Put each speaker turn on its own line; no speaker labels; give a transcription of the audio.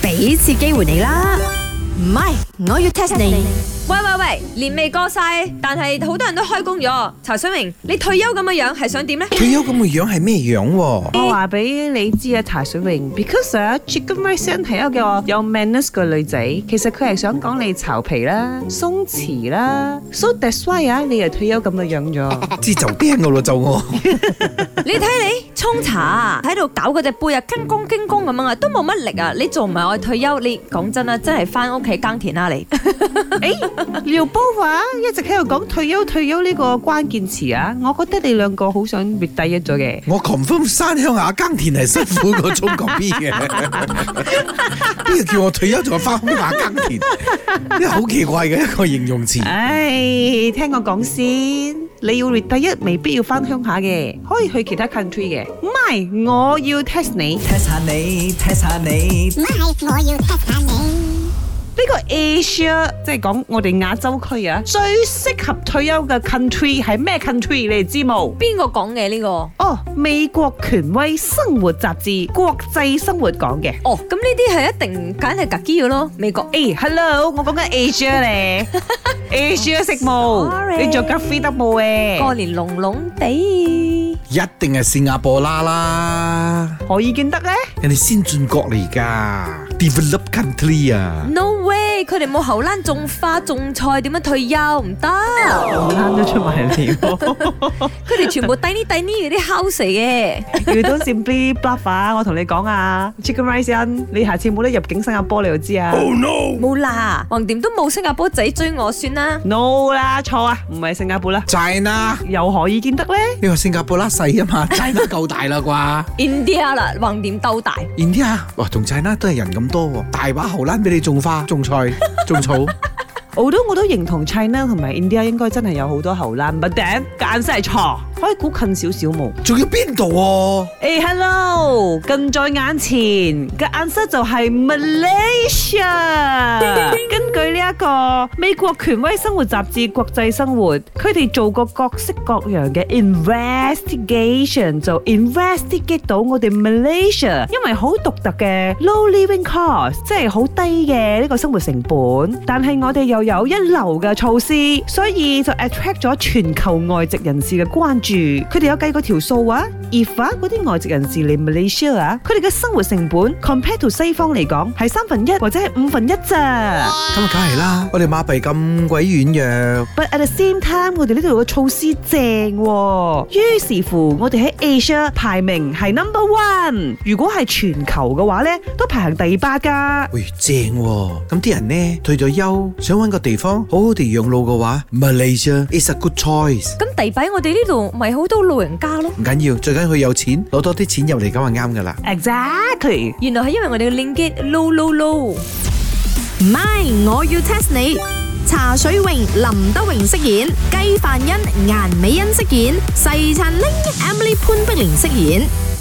俾次機會你啦。唔係，我要 test 你。
喂喂喂，年未過晒，但係好多人都開工咗。查水明，你退休咁嘅樣係想點 呢？
佢有咁嘅樣係咩樣喎？
我話俾你知啊，茶水榮，because 啊，Chicken Rice 係一個有 manners 嘅女仔，其實佢係想講你巢皮啦、鬆弛啦，so that's why 啊，你又退休咁嘅樣 咗。
知就驚噶咯，就我。
你睇你沖茶啊，喺度搞嗰隻杯啊，驚弓驚弓咁樣啊，都冇乜力啊！你仲唔係我退休？你講真啊，真係翻屋企耕田 啦你。
廖波話一直喺度講退休退休呢個關鍵詞啊，我覺得你兩個好想滅低一咗嘅。
我 confirm 山鄉下耕田係辛苦過中國 B 嘅，邊個叫我退休仲翻鄉下耕田？呢個好奇怪嘅一個形容詞。
唉，聽我講先，你要 r 第一未必要翻鄉下嘅，可以去其他 country 嘅。唔係，我要 test 你。
唔係，我要 test 下你。
呢個 Asia 即係講我哋亞洲區啊，最適合退休嘅 country 係咩 country？你哋知冇？
邊個講嘅呢個？
哦，美國權威生活雜誌國際生活講嘅。
哦，咁呢啲係一定梗係格基嘅咯，美國。
誒、h e l l o 我講緊 Asia 咧，Asia 食冇，
Sorry
你做 g r a p h i 得冇
過
誒？
年濃濃地，
一定係新加坡啦啦，
我意見得咧，
人哋先進國嚟㗎 d e v e l o p country 啊。
No way！佢哋冇後欄種花種菜，點樣退休唔得？
Oh。
啱咗出埋 嚟。
佢哋全部低呢低呢嗰啲 house 嚟嘅。
You don't simply bluff 啊！我同你講啊，Chicken Rice 因你下次冇得入境新加坡，你就知啊。
Oh no！
冇啦，橫掂都冇新加坡仔追我算啦。
No à. 啦，錯啊，唔係新加坡啦，
China
又何以見得咧？
呢個新加坡啦細啊嘛，China 夠大啦啩。
India 啦，橫掂鬥大。
然啲啊，哇，同 China 都係人咁多喎，大把後欄俾你種花、種菜、種草。
我都我都認同 China 同埋 India 應該真係有好多後欄，but then 間真係錯，可以估近少少冇。
仲要邊度
誒、hello，近在眼前嘅 answer 就係 Malaysia。根據呢一個美國權威生活雜誌《國際生活》，佢哋做過各式各樣嘅 investigation，就 investigate 到我哋 Malaysia，因為好獨特嘅 low living cost，即係好低嘅呢個生活成本，但係我哋又有一流嘅措施，所以就 attract 咗全球外籍人士嘅關注。佢哋有計過條數啊，if 啊嗰啲外籍人士嚟 Malaysia 啊，佢哋嘅生活成本 compared to 西方嚟講係三分一或者係五分一咋。
喎？咁啊，梗係啦，我哋馬幣咁鬼軟弱。
But at the same time，我哋呢度嘅措施正喎、於是乎我哋喺 Asia 排名係 number one。如果係全球嘅話呢，都排行第八㗎。
喂，正喎、咁啲人呢，退咗休，想揾個地方好好地養老嘅話，Malaysia is a good choice。
咁地底我哋呢度咪好多老人家咯。
唔緊要，最緊要佢有錢，攞多啲錢入嚟咁就啱噶啦。
Exactly。
原來係因為我哋嘅 link low low low。
唔係，我要 test 你。茶水榮、林德榮飾演，雞凡欣、顏美欣飾演，細陳玲、Emily 潘碧玲飾演。